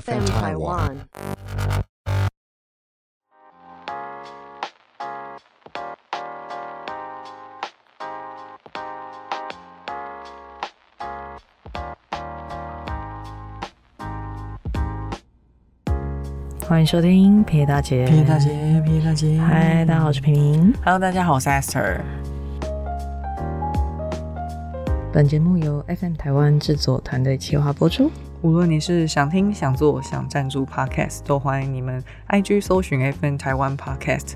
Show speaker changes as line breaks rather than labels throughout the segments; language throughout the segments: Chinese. FM Taiwan.
欢迎收听皮大姐。
皮大。姐，皮大姐，
嗨，大家好，我是平平。
，Hello，大家好，我是 Esther。
本节目由 FM 台湾制作团队企划播出。
无论你是想听、想做、想赞助 Podcast，都欢迎你们 IG 搜寻 FN 台湾 Podcast。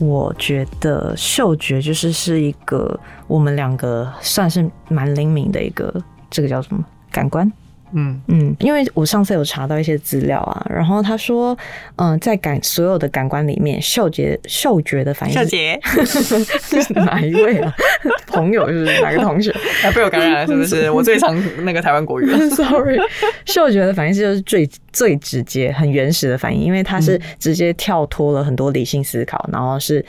我觉得嗅觉就是是一个我们两个算是蛮灵敏的一个，这个叫什么感官？
嗯，
嗯，因为我上次有查到一些资料啊，然后他说，嗯、在感所有的感官里面，嗅觉嗅觉的反应
秀
是，
姐
是哪一位啊？ 朋友是不是哪个同学？
啊，被我感染了，是不 是？我最常那个台湾国语了。
Sorry，嗅觉的反应就是最最直接、很原始的反应，因为它
嗯
是直接跳脱了很多理性思考，然后是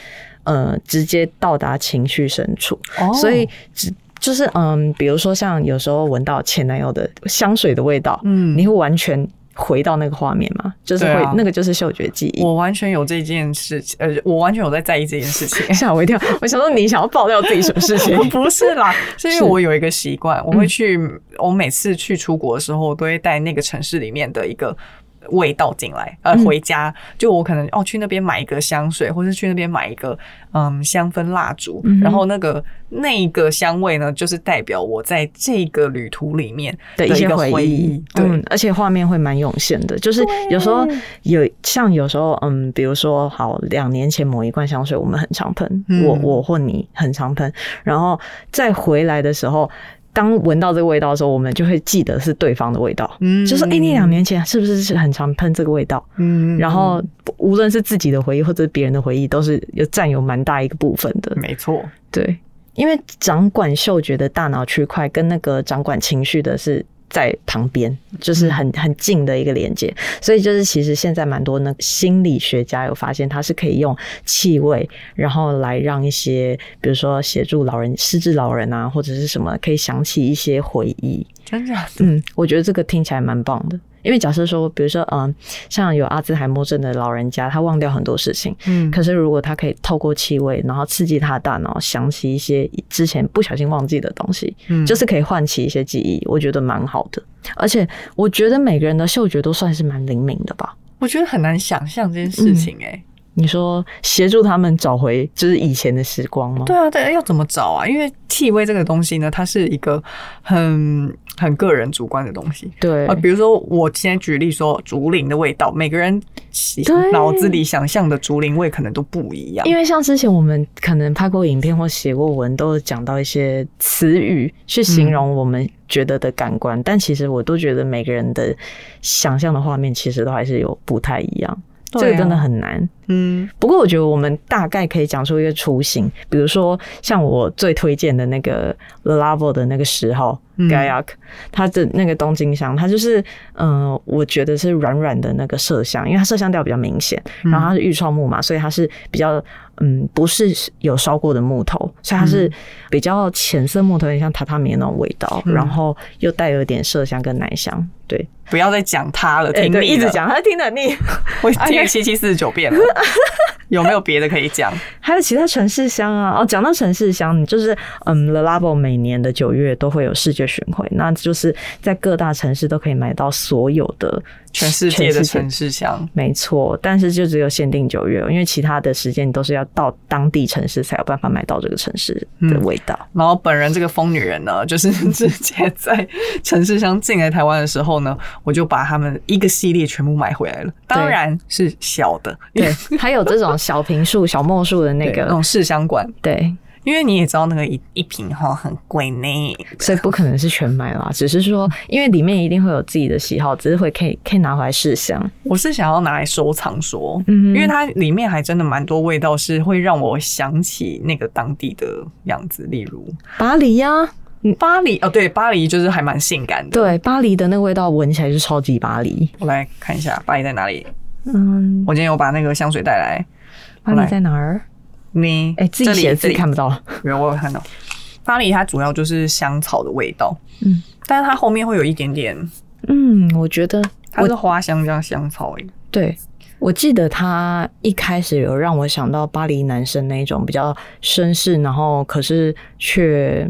呃直接到达情绪深处，
哦
所以只就是嗯，比如说像有时候闻到前男友的香水的味道，
嗯
你会完全回到那个画面吗？就是会、
对啊
那个就是嗅觉记忆。。
我完全有这件事情，呃，我完全有在在意这件事情
吓我一跳！我想说你想要爆料自己什么事情？
不 是啦，是因
是嗯
为我有一个习惯，我会去，我每次去出国的时候，我都会带那个城市里面的一个。味道进来，呃，
嗯
回家、就我可能哦，去那边买一个香水，或是去那边买一个嗯香氛蜡烛，
嗯哼
然后那个那一个香味呢，就是代表我在这个旅途里面
的一
一
些
个
回
回忆。对，
嗯，而且画面会蛮涌现的，就是有时候有像有时候，嗯，比如说好两年前某一罐香水，我们很常喷，
嗯
我我或你很常喷，然后再回来的时候。当闻到这个味道的时候，我们就会记得是对方的味道，
嗯
就说：“哎、你两，年前是不是是很常喷这个味道？”
嗯
然后无论是自己的回忆或者是别人的回忆，都是有占有蛮大一个部分的。
没错，
对，因为掌管嗅觉的大脑区块跟那个掌管情绪的是在旁边，就是很很近的一个连接，所以就是其实现在蛮多那个心理学家有发现，它是可以用气味，然后来让一些比如说协助老人、失智老人啊，或者是什么，可以想起一些回忆。
真的，
嗯，我觉得这个听起来蛮棒的。因为假设说，比如说，嗯，像有阿兹海默症的老人家，他忘掉很多事情，
嗯
可是如果他可以透过气味，然后刺激他的大脑，想起一些之前不小心忘记的东西，
嗯
就是可以唤起一些记忆，我觉得蛮好的。而且我觉得每个人的嗅觉都算是蛮灵敏的吧。
嗯我觉得很难想象这件事情、
嗯
哎、
你说协助他们找回就是以前的时光吗？
对啊，对啊，要怎么找啊？因为气味这个东西呢，它是一个很很个人主观的东西。
对
啊，比如说我现在举例说竹林的味道，每个人喜
对
脑子里想象的竹林味可能都不一样。
因为像之前我们可能拍过影片或写过文，都有讲到一些词语去形容我们觉得的感
嗯
官，但其实我都觉得每个人的想象的画面其实都还是有不太一样，
对
这个
啊
真的很难。
嗯
不过我觉得我们大概可以讲出一个雏形，比如说像我最推荐的那个 The Lavo 的那个十号
嗯
Gayak，、它的那个东京香，它就是嗯、呃我觉得是软软的那个麝香，因为它麝香调比较明显，
嗯
然后它是玉创木嘛，所以它是比较嗯不是有烧过的木头，所以它是比较浅色木头，有点像榻榻米的那种味道，
嗯
然后又带有一点麝香跟奶香，对，
不要再讲它了，
哎、
听
对，哎
腻
一直
了，
讲，它听得腻。
我听了七七四十九遍了。有没有别的可 以讲？
还有其他城市香啊，哦，讲到城市香，你就是嗯，The Labo 每年的九月都会有世界巡回，那就是在各大城市都可以买到所有的
全世界的城。市香，
没错，但是就只有限定九月，因为其他的时间你都是要到当地城市才有办法买到这个城市的味道。
然后本人这个疯女人呢， 就是 直接在陈世香进来台湾的时候呢，我就把他们一个系列全部买回来了，当然是小的，
对，还有这种小瓶数、小墨数的那
对那
个，
种试香管，
对，
因为你也知道那个一一瓶哈很贵呢，
所以不可能是全买啦，只是说，因为里面一定会有自己的喜好，只是会可以可以拿回来试香。
我是想要拿来收藏说，
嗯哼
因为它里面还真的蛮多味道是会让我想起那个当地的样子，例如
巴黎呀、
巴黎哦，对，巴黎就是还蛮性感的。
对，巴黎的那个味道闻起来就超级巴黎。
我来看一下巴黎在哪里，
嗯，
我今天有把那个香水带来，
巴
我
黎
来
在哪儿？哎
你
哎、自己写字看不到。
没有，我有看到。巴黎它主要就是香草的味道，
嗯，
但是它后面会有一点点，
嗯，我觉得
它是花香加香草而已。
对，我记得他一开始有让我想到巴黎男生那种比较绅士，然后可是却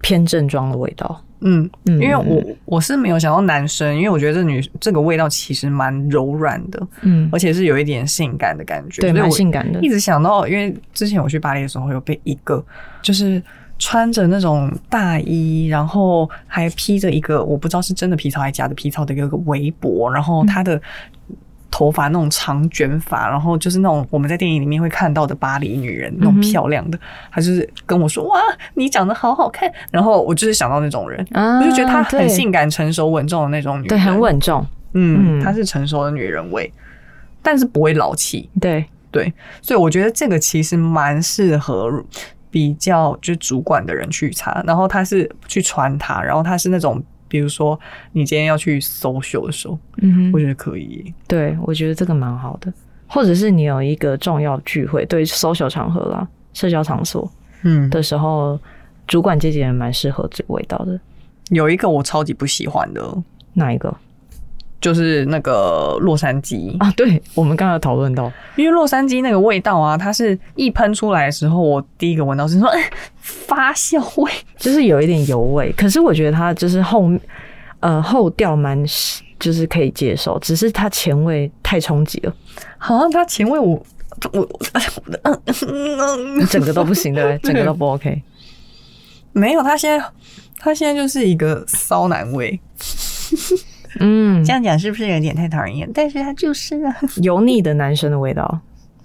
偏正装的味道。
嗯，
嗯，
因为我我是没有想到男生，因为我觉得这女这个味道其实蛮柔软的，
嗯
而且是有一点性感的感觉，
对
所以
蛮
我
性感的
一，直想到，因为之前我去巴黎的时候，有被一个就是穿着那种大衣，然后还披着一个我不知道是真的皮草还是假的皮草的一个围脖，然后他的头发那种长卷发，然后就是那种我们在电影里面会看到的巴黎女人那
嗯
种
哼
漂亮的，她就是跟我说：“哇，你长得好好看。”然后我就是想到那种人。
啊
我就觉得她很
对
性感、成熟、稳重的那种女人，
对，很，稳重，
嗯，
嗯
她是成熟的女人味，但是不会老气，
对，
对，所以我觉得这个其实蛮适合比较就是主管的人去擦，然后他是去穿它，然后它是那种比如说你今天要去 social 的时候，
嗯
我
哼，
觉得可以。
对，我觉得这个蛮好的。或者是你有一个重要聚会，对 social 场合啦，社交场所
嗯，
的时候，主管阶级人蛮适合这个味道的。
有一个我超级不喜欢的，
哪一个
就是那个洛杉矶，
啊？对我们刚才有讨论到，
因为洛杉矶那个味道啊，它是一喷出来的时候，我第一个闻到是说、哎发酵味。
就是有一点油味，可是我觉得它就是后呃后调蛮就是可以接受，只是它前味太冲击 了，
好像它前味我我我嗯嗯嗯
整个都不行，对不对？整个都不 OK。
没有，它现在它现在就是一个骚男味。
嗯
这，样讲是不是有点太讨人厌？但是它就是 啊。
油腻的男生的味道。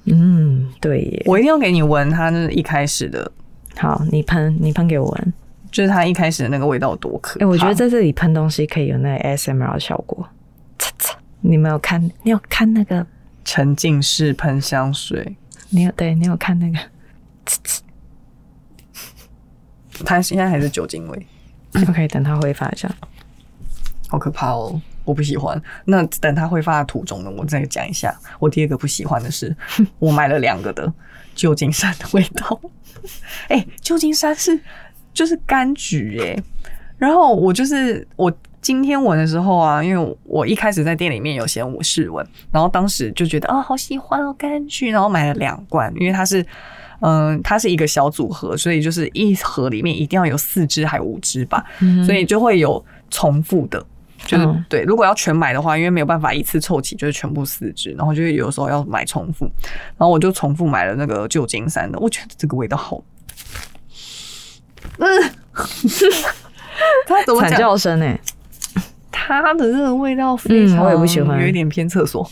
嗯，对耶。
我一定要给你闻它那一开始的，
好，你喷，你喷给我闻。
就是它一开始的那个味道有多可
哎、
怕。
我觉得在这里喷东西可以有那个 ASMR 的效果。嚓嚓，你没有看？你有看那个？
沉浸式喷香水，
你有对？你有看那个？嚓嚓。
它现在还是酒精味，
OK，等它挥发一下。
好可怕哦！我不喜欢。那等它挥发的途中呢，我再讲一下。我第二个不喜欢 的是，我买了两个的旧金山的味道。哎、旧金山是就是柑橘哎、然后我就是我今天闻的时候啊，因为我一开始在店里面有先我试闻，然后当时就觉得啊、好喜欢哦柑橘，然后买了两罐，因为它是。嗯，它是一个小组合，所以就是一盒里面一定要有四支还五支吧，
嗯
所以就会有重复的，就是、
嗯
对。如果要全买的话，因为没有办法一次凑齐，就是全部四支，然后就有时候要买重复，然后我就重复买了那个旧金山的，我觉得这个味道好，嗯， 它怎么
惨
讲？
叫声哎、
它的这个味道非常，
嗯我也不喜欢
有一点偏厕所。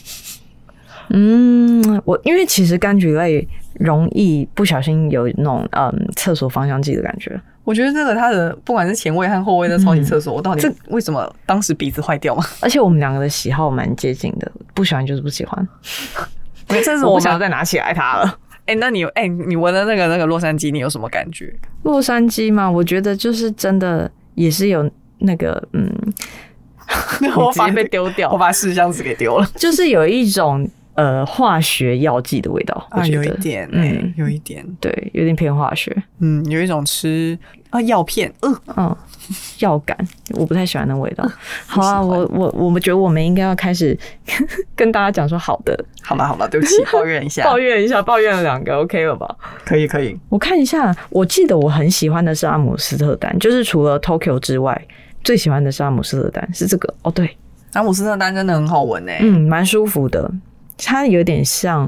嗯，我因为其实柑橘类容易不小心有那种嗯厕所芳香剂的感觉，
我觉得这个它的不管是前味和后味的超级厕所，我到底
这
为什么当时鼻子坏掉吗？
而且我们两个的喜好蛮接近的，不喜欢就是不喜欢，
这是
我
我
不想要
们
再拿起来它了。
哎、那你哎、你闻的那个那个洛杉矶，你有什么感 觉？
洛杉矶嘛，我觉得就是真的也是有那个嗯，
我
我直
把
接被丢掉
我，把试香纸给丢了。
就是有一种呃化学药剂的味道， 我
啊，
觉
有
得
一点，哎、
嗯，
有一点，
对，有点偏化学，
嗯，有一种吃啊药片，呃，
嗯，药感，我不太喜欢那味道。好啊，
不喜欢
我我我们觉得我们应该要开始 跟大家讲说好的，
好吧，好吧，对不起，抱怨一下，
怨一下，嗯 抱怨了两个，OK 了吧？
可以，可以，
我看一下，我记得我很喜欢的是阿姆斯特丹，就是除了 Tokyo 之外，最喜欢的是阿姆斯特丹，是这个哦，对，
阿姆斯特丹真的很好闻哎诶、
嗯，蛮舒服的，它有点像，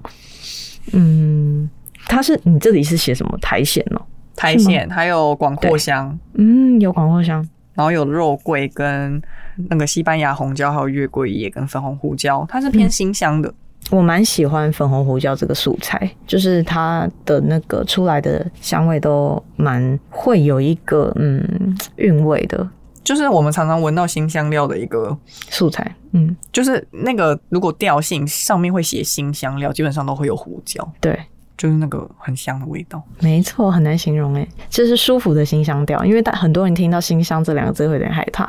嗯，它是你这里是写什么苔藓哦？
苔藓，还有广藿香，
嗯，有广藿香，
然后有肉桂跟那个西班牙红椒，还有月桂叶跟粉红胡椒，它是偏辛香
嗯
的。
我蛮喜欢粉红胡椒这个素材，就是它的那个出来的香味都蛮会有一个嗯韵味的
就是我们常常闻到新香料的一个，
素材，嗯，
就是那个如果调性上面会写新香料，基本上都会有胡椒，
对，
就是那个很香的味道。
没错，很难形容哎，这是舒服的新香调，因为大很多人听到新香这两个字会有点害怕，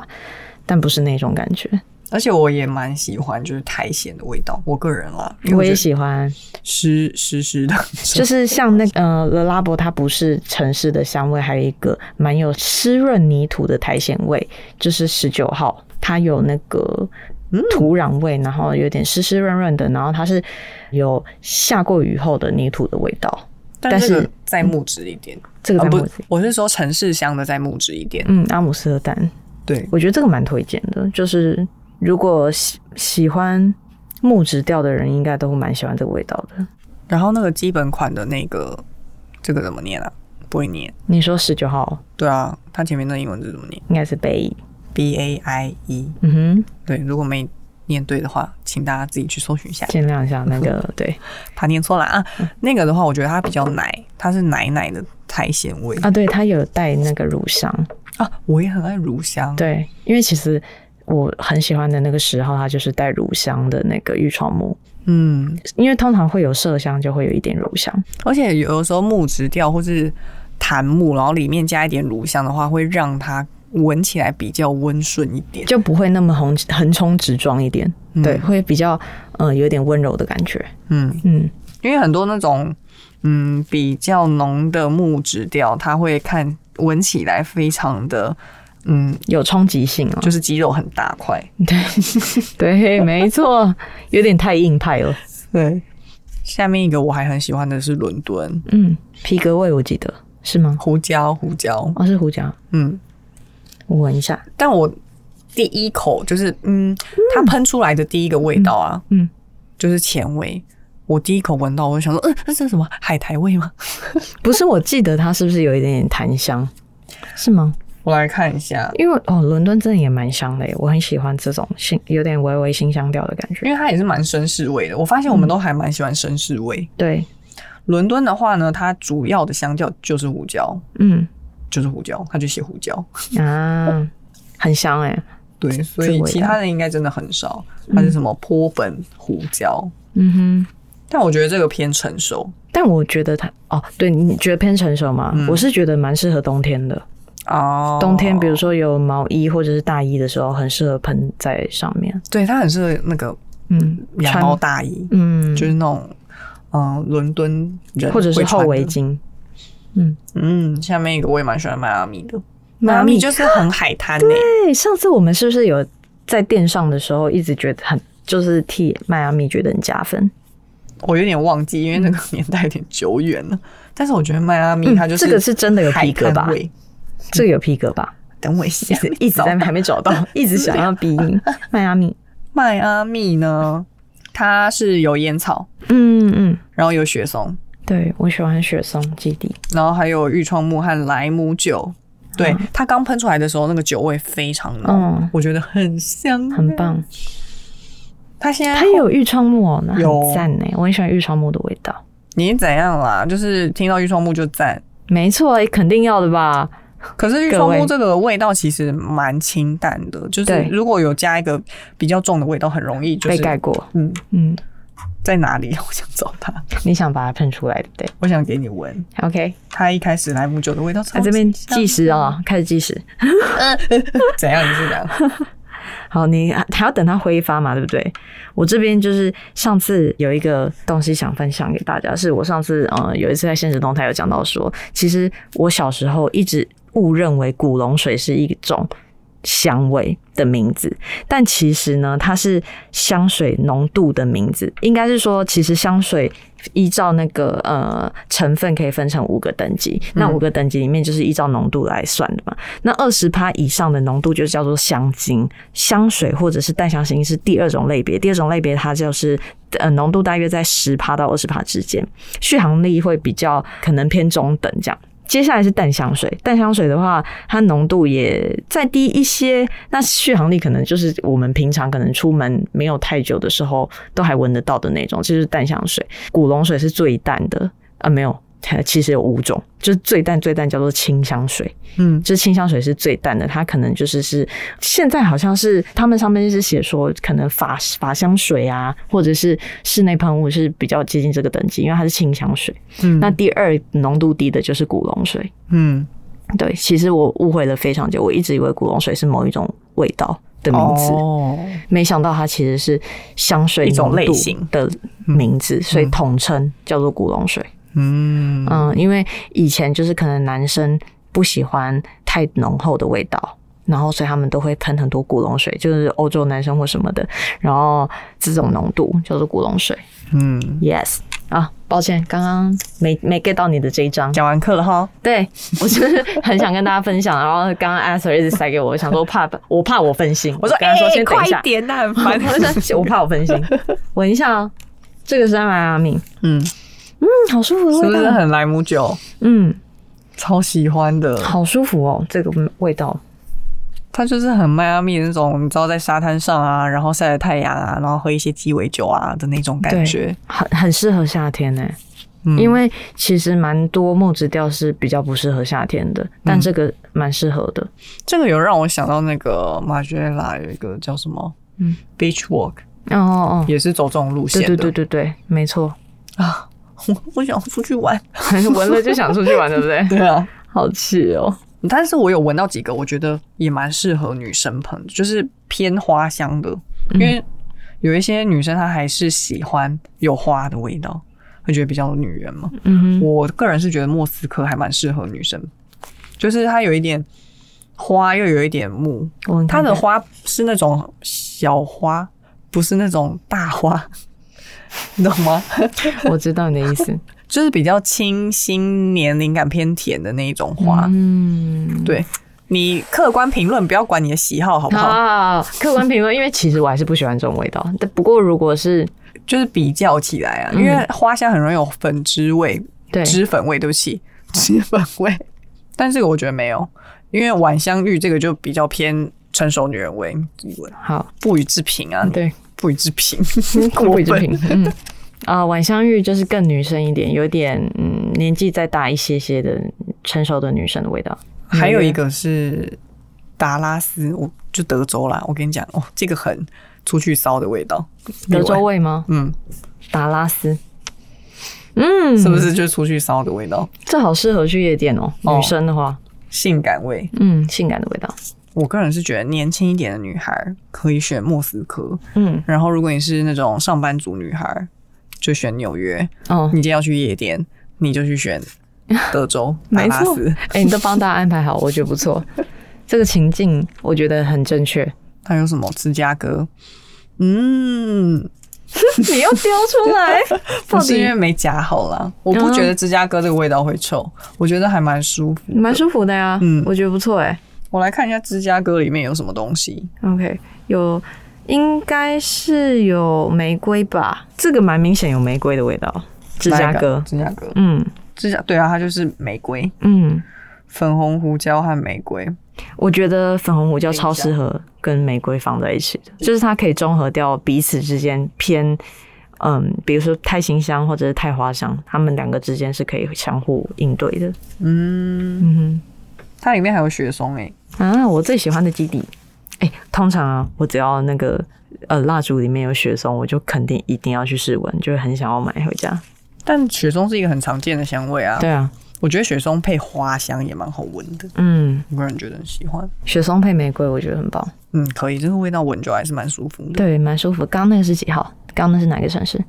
但不是那种感觉，
而且我也蛮喜欢就是苔藓的味道，我个人啦，因为
我也
觉得
喜欢，
湿湿湿的，
就是像那呃，The Labo 它不是城市的香味，还有一个蛮有湿润泥土的苔藓味，就是十九号，它有那个
嗯
土壤味，然后有点湿湿润润的，然后它是有下过雨后的泥土的味道。
但
但
这个
是
再木质一点，
这个
啊
在墨
不
西，
我是说城市香的再木质一点，
嗯，阿姆斯特丹，
对，
我觉得这个蛮推荐的，就是如果喜喜欢木质调的人，应该都会蛮喜欢这个味道的。
然后那个基本款的那个这个怎么念啊？不会念，
你说十九号
对啊，它前面那英文字怎么念
应该是北翼，
？B A I E，
嗯哼，
对，如果没念对的话，请大家自己去搜寻一下，
见谅一下那个对
怕念错了啊。
嗯
那个的话，我觉得它比较奶，它是奶奶的苔藓味
啊，对，它有带那个乳香，
啊，我也很爱乳香，
对，因为其实我很喜欢的那个十号，它就是带乳香的那个玉床木，
嗯，
因为通常会有麝香，就会有一点乳香，
而且有的时候木质调或是檀木，然后里面加一点乳香的话，会让它闻起来比较温顺一点。
就不会那么横横冲直撞一点，
嗯
对，会比较呃有点温柔的感觉，
嗯，
嗯。
因为很多那种嗯比较浓的木质调，它会看闻起来非常的嗯，
有冲击性啊，
就是肌肉很大块。
对，没错，有点太硬派了。
对，下面一个我还很喜欢的是伦敦
嗯，皮革味我记得是吗？
胡椒，胡椒，
哦，是胡椒，
嗯，
我闻一下。
但我第一口就是嗯，它喷出来的第一个味道啊，
嗯，
就是前味。我第一口闻到，我就想说，嗯、呃，这是什么海苔味吗？
不是，我记得它是不是有一点点檀香？是吗？
我来看一下，
因为哦，伦敦真的也蛮香的耶，我很喜欢这种新有点微微新香调的感觉。
因为它也是蛮绅士味的。我发现我们都还蛮喜欢绅士味。
对，
伦敦的话呢，它主要的香调就是胡椒，
嗯
就是胡椒，它就写胡椒。
啊，很香哎，
对，所
这
以
味
其
道
他的应该真的很少。它是什么波本胡椒？
嗯哼。
但我觉得这个偏成熟
但我觉得它哦，对，你觉得偏成熟吗？
嗯
我是觉得蛮适合冬天的。
哦
冬天，比如说有毛衣或者是大衣的时候，很适合喷在上面。
对它很适合那个
嗯，
羊毛大衣，
嗯，
就是那种嗯、呃伦敦人
或者是
会
厚
穿的
围。巾。
嗯，下面一个我也蛮喜欢迈阿密的，迈
迈
阿
阿
密
密
就是很海滩欸呢、
对，哎上次我们是不是有在电商的时候一直觉得很，就是替迈阿密觉得很加分？
我有点忘记，因为那个年代有点久远了。但是我觉得迈阿密它就
嗯
是、
这个是真的有
海
皮革
滩
吧
味
这个有皮革 吧？
等我一下，
一直在还没找 到，一直想要逼你迈阿密。
迈阿密呢，它是有烟草，
嗯嗯，
然后有雪松，
对我喜欢雪松基地。
然后还有愈创木和莱姆酒。对，它刚喷出来的时候，那个酒味非常浓，
嗯
我觉得很香，
很。棒，
它嗯现在
它有玉窗木哦，那
有
很赞呢。我很喜欢玉窗木的味道。
你怎样啦？就是听到愈创木就赞。
没错，哎肯定要的吧？
可是愈创
各
木
位
这个味道其实蛮清淡的，就是
对
如果有加一个比较重的味道，很容易就是
被盖过。
嗯，
嗯，
在哪里？ 我想找它，
你想把它喷出来，对不对
我想给你闻。
？OK，
它一开始莱姆酒的味道超
那、这边
级香
计时啊、开始计时。
怎样？你是怎样？
好，你还还要等它挥发嘛，对不对？我这边就是上次有一个东西想分享给大家，是我上次呃有一次在现实动态有讲到说，其实我小时候一直误认为古龙水是一种香味的名字，但其实呢，它是香水浓度的名字，应该是说，其实香水依照那个呃成分可以分成五个等级，那五个等级里面就是依照浓度来算的嘛。那二十趴以上的浓度就叫做香精，香水或者是淡香型是第二种类别，第二种类别它就是。呃，浓度大约在十趴到二十趴之间，续航力会比较可能偏中等这样。接下来是淡香水，淡香水的话，它浓度也再低一些，那续航力可能就是我们平常可能出门没有太久的时候都还闻得到的那种，这就是淡香水。古龙水是最淡的啊，没有，它其实有五种，就是最淡最淡叫做清香水，
嗯，
就是清香水是最淡的，它可能就是是现在好像是他们上面是写说，可能法法香水啊，或者是室内喷雾是比较接近这个等级，因为它是清香水。
嗯
那第二浓度低的就是古龙水。
嗯，
对，其实我误会了非常久，我一直以为古龙水是某一种味道，的名字。
哦，
没想到它其实是香水
一种
浓
类
度
型
的名字，所以统称叫做古龙水。
嗯
嗯，因为以前就是可能男生不喜欢太浓厚的味道，然后所以他们都会喷很多古龙水，就是欧洲男生或什么的，然后这种浓度叫做古龙水。
嗯，
Yes，啊，抱歉，刚刚没没 get 到你的这一张。
讲完课了哈，
对我就是很想跟大家分享，然后刚刚 Asher 一直塞给我，我想说怕 我怕我分心，
我说
跟他说
哎
先等一
快
下，
点呐，很
我
烦。
说我怕我 分心，闻一下哦。这个是迈阿密，
嗯，
嗯，好舒服
是
的
不
味
是
道，
很莱姆酒？
嗯，
超喜欢的，
好舒服哦，这个味道，
它就是很迈阿密的那种，你知道在沙滩上啊，然后晒着太阳啊，然后喝一些鸡尾酒啊的那种感觉。
很很适合夏天呢、
嗯
因为其实蛮多木质调是比较不适合夏天的，但这个蛮适合的。
这个有让我想到那个马爵拉有一个叫什么，
嗯
，Beach Walk，
哦哦哦，
也是走这种路线
对
的。
对对对对，没 错，
啊，我我想出去玩。
闻了就想出去玩，对不对？
对啊，
好气哦。
嗯但是我有闻到几个，我觉得也蛮适合女生喷，就是偏花香的，
嗯
因为有一些女生她还是喜欢有花的味道，会觉得比较女人嘛。
嗯哼，
我个人是觉得莫斯科还蛮适合女生，就是它有一点花，又有一点木。
我闻
它
看
的
看
花是那种小花，不是那种大花， 你懂吗？
我知道你的意 思。
就是比较清新、年龄感偏甜的那一种
啊
花。
嗯，
对你客观评论，不要管你的喜好好不好？
啊，客观评论，因为其实我还是不喜欢这种味道。但不过如果是
就是比较起来啊，
嗯
因为花香很容易有粉脂味、
对
脂粉味，对 不起，脂粉味。但这个我觉得没有，因为晚香玉这个就比较偏成熟女人味，
好，
不予置评啊，
对，
不予置评。
不予置评。嗯， 啊、晚香玉就是更女生一点，有点嗯年纪再大一些些的成熟的女生的味道。
还有一个是达拉斯，我就德州啦，我跟你讲哦，这个很出去骚的味道，
德州味吗？
嗯，
达拉斯。嗯，
是不是就是出去骚的味道？
这好适合去夜店哦？
哦
女生的话，
性感味，
嗯，性感的味道。
我个人是觉得年轻一点的女孩可以选莫斯科，
嗯，
然后如果你是那种上班族女孩，就选纽约；
哦
你，今天要去夜店，你就去选 德州达
没
拉
错
斯。
哎、你都帮大家安排好，我觉得不 错。这个情境我觉得很正确。
还有什么芝加哥？嗯，
你又丢出来，
不
到
是因
底嗯
为没夹好啦，我不觉得芝加哥这个味道会臭，我觉得还蛮舒服。
蛮舒服的呀，
嗯
我觉得不错哎、
我来看一下芝加哥里面有什么东西。
OK，有应该是有玫瑰吧，这个蛮明显有玫瑰的味道，芝加
哪一
哥
个，芝加哥，
嗯
芝加对啊，它就是玫瑰、
嗯，
粉红胡椒和玫瑰。
我觉得粉红胡椒超适合跟玫瑰放在一起的，就是它可以中和掉彼此之间偏。嗯，比如说太辛香或者是太花香，它们两个之间是可以相互应对的。
嗯，
嗯哼。
它里面还有雪松欸诶、
啊，我最喜欢的基底。哎、通常啊，我只要那个呃蜡烛里面有雪松，我就肯定一定要去试闻，就会很想要买回家。
但雪松是一个很常见的香味啊。
对啊，
我觉得雪松配花香也蛮好闻的，
嗯，
我个人觉得很喜欢。
雪松配玫瑰，我觉得很棒。
嗯，可以，这个味道闻就还是蛮舒服的。
对，蛮舒服。刚刚那个是几号？刚刚那是哪个城市？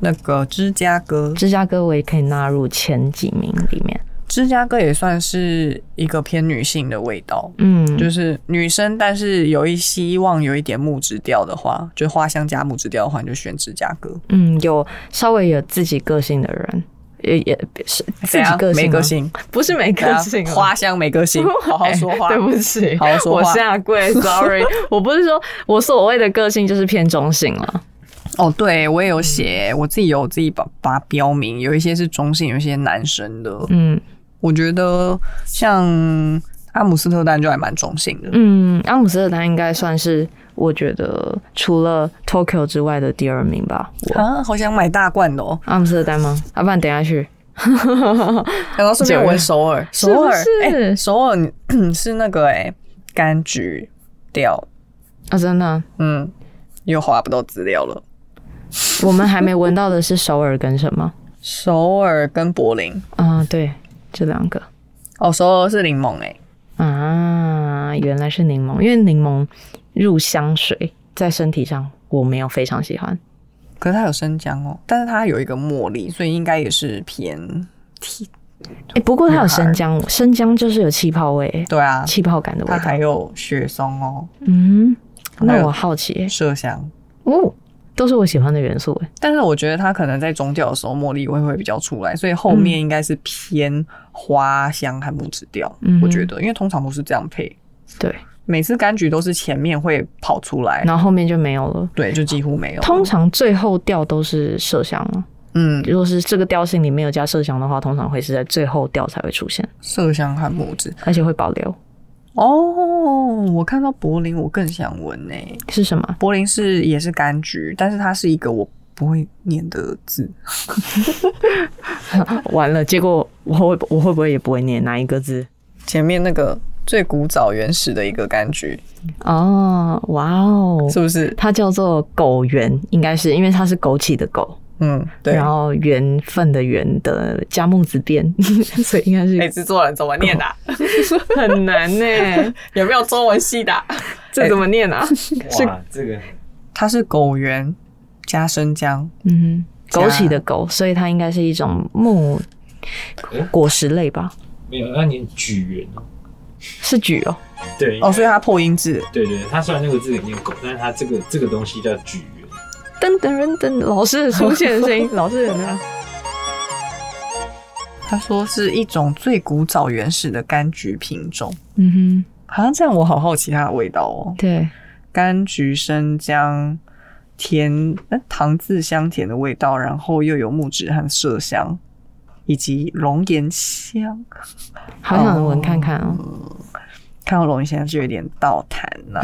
那个芝加哥，
芝加哥我也可以纳入前几名里面。
芝加哥也算是一个偏女性的味道，
嗯，
就是女生，但是有一希望有一点木质调的话，就是花香加木质调的话，你就选芝加哥。
嗯，有稍微有自己个性的人，也也是自
怎
己
样
个性吗，
啊没 个性，
不是没
怎
个
样
性哦，
花香没 个性，好好说话。
哎对不起，
好好说话
我下跪，sorry，我 不是说我所谓的个性就是偏中性了。
哦，对我也有写，
嗯
我自己有自己把把它标明，有一些是中性，有一些男生的。
嗯
我觉得像阿姆斯特丹就还蛮中性的。
嗯，阿姆斯特丹应该算是我觉得除了 Tokyo 之外的第二名吧。我
啊，好想买大罐的哦！
阿姆斯特丹吗？要、不然等一下去。
然后顺便闻首尔，
是不
首尔，哎、
是
首尔 你是那个哎、柑橘调，
啊，真的啊，
嗯，又划不到资料了。
我们还没闻到的是首尔跟什么？
首尔跟柏林，
啊，对，这两个。
哦，首尔是柠檬哎、
啊，原来是柠檬，因为柠檬入香水在身体上我没有非常喜欢。
可是它有生姜哦，但是它有一个茉莉，所以应该也是偏甜。
哎、不过它有生姜，生姜就是有气泡味、
对啊，
气泡感的味
它
道。
还有雪松哦，
嗯，
还
那
有
我好奇、欸，
麝香。
哦，都是我喜欢的元素、欸，
但是我觉得它可能在中调的时候，茉莉味会比较出来，所以后面应该是偏花香和木质调。
嗯哼
我觉得，因为通常都是这样配，
对，
每次柑橘都是前面会跑出来，
然后后面就没有了。
对，就几乎没有。
通常最后调都是麝香啊。
嗯，
如果是这个调性里没有加麝香的话，通常会是在最后调才会出现，
麝香和木质。
而且会保留。
哦，我看到柏林，我更想闻呢、
是什么？
柏林是也是柑橘，但是它是一个我不会念的字，
完了，结果我会我会不会也不会念哪一个字？
前面那个最古早原始的一个柑橘，
哦，哇哦，
是不是？
它叫做枸杞，应该是因为它是枸杞的枸，
嗯，对。
然后缘分的缘的加木字边， 所以应该是、
哎，制作人怎么念的啊、
很难呢、
有没有中文系的啊、
这怎么念啊？
哇，这个
它是狗源加生姜，
嗯，
加
枸杞的枸，所以它应该是一种木果实类吧？
没有，那你举圆哦。
是菊哦，
对，
哦，所以它破音字。
对对，它虽然那个字里面有狗，但是它这个这个东西叫举圆。
噔噔噔噔，老师的出现的声 音，老师有没有？
他说是一种最古早原始的柑橘品种，
嗯
好像这样，我好好奇它的味道哦
哼，。对，
柑橘、生姜、甜、呃糖渍香甜的味道，然后又有木质和麝香，以及龙涎香。
好想闻看看哦。
看到龙涎香就有点倒弹 了、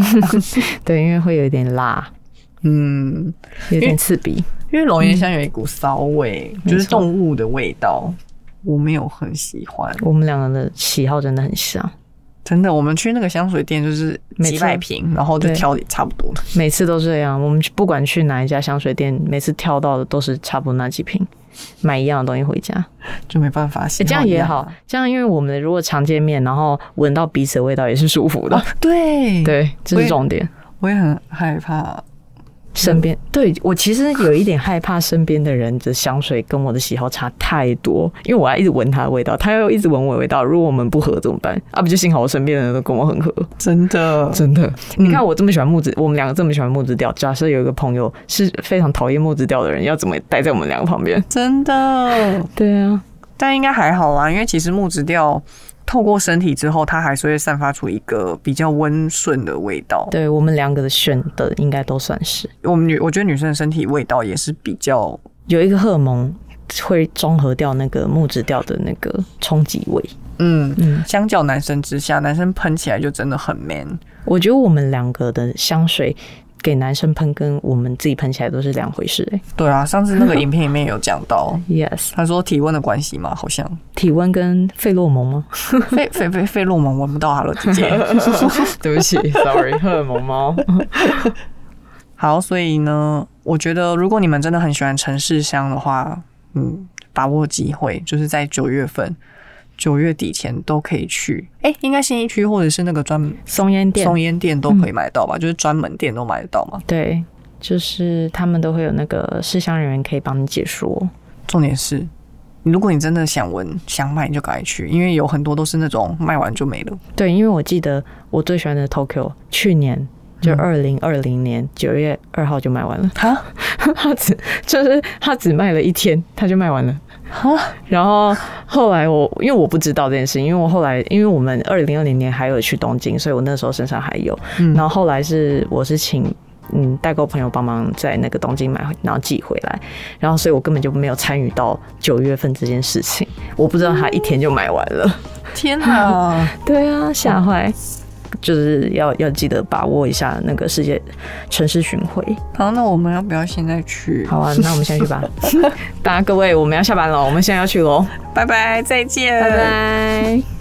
对，因为会有一点辣，
嗯，
有点刺鼻。
因为龙涎香有一股骚味，
嗯
就是
没错
动物的味道，我没有很喜欢。
我们两个的喜好真的很像，
真的，我们去那个香水店就是
每
几
次
百瓶，然后就
对
挑差不多的。
每次都这样。我们不管去哪一家香水店，每次挑到的都是差不多那几瓶，买一样的东西回家。
就没办
欸
法。喜好
这样
一
也
啊
好，，这样因为我们如果常见面，然后闻到彼此的味道也是舒服的。
对，
对，这
我也
是重点。
我也很害怕。
身边对我其实有一点害怕，身边的人的香水跟我的喜好差太多，因为我要一直闻他的味道，他又一直闻我的味道。如果我们不合怎么办？啊，不就幸好我身边的人都跟我很合，
真的，
真的。
嗯
你看我这么喜欢木质，我们两个这么喜欢木质调，假设有一个朋友是非常讨厌木质调的人，要怎么待在我们两个旁边？
真的，
对啊，
但应该还好啦，因为其实木质调透过身体之后，它还是会散发出一个比较温顺的味道。
对我们两个的选的应该都算是。
我们女，我觉得女生的身体味道也是比较，
有一个荷尔蒙会中和掉那个木质调的那个冲击味。
嗯，
嗯，
相较男生之下，男生喷起来就真的很 man。
我觉得我们两个的香水给男生喷跟我们自己喷起来都是两回事、欸。
对啊，上次那个影片里面有讲到，
Yes，
他说体温的关系嘛，好像
体温跟费洛蒙吗？
费费费费洛蒙闻不到哈喽 姐姐。
对不起，Sorry，荷尔蒙猫。
好，所以呢，我觉得如果你们真的很喜欢城市香的话，嗯，把握机会，就是在九月份、九月底前都可以去。哎、应该新一区或者是那个专门
松烟店，
松烟店都可以买到吧？就是专门店都买得到嘛。
对，就是他们都会有那个试香人员可以帮你解说。
重点是，如果你真的想闻想买，你就赶快去，因为有很多都是那种卖完就没了。
对，因为我记得我最喜欢的 Tokyo 去年。就
嗯
二零二零年九月二号就卖完了，
哈
他只就是他只卖了一天，他就卖完了。
哈，
然后后来我因为我不知道这件事情，因为我后来因为我们二零二零年还有去东京，所以我那时候身上还有。
嗯
然后后来是我是请嗯代购朋友帮忙在那个东京买，然后寄回来。然后所以我根本就没有参与到九月份这件事情，我不知道他一天就买完了。
天哪！
对啊，吓坏。就是要要记得把握一下那个世界城市巡回。
好，那我们要不要现在去？
好啊，那我们先去吧。 大家各位，我们要下班了，我们现在要去喽，
拜拜，再见，
拜。拜。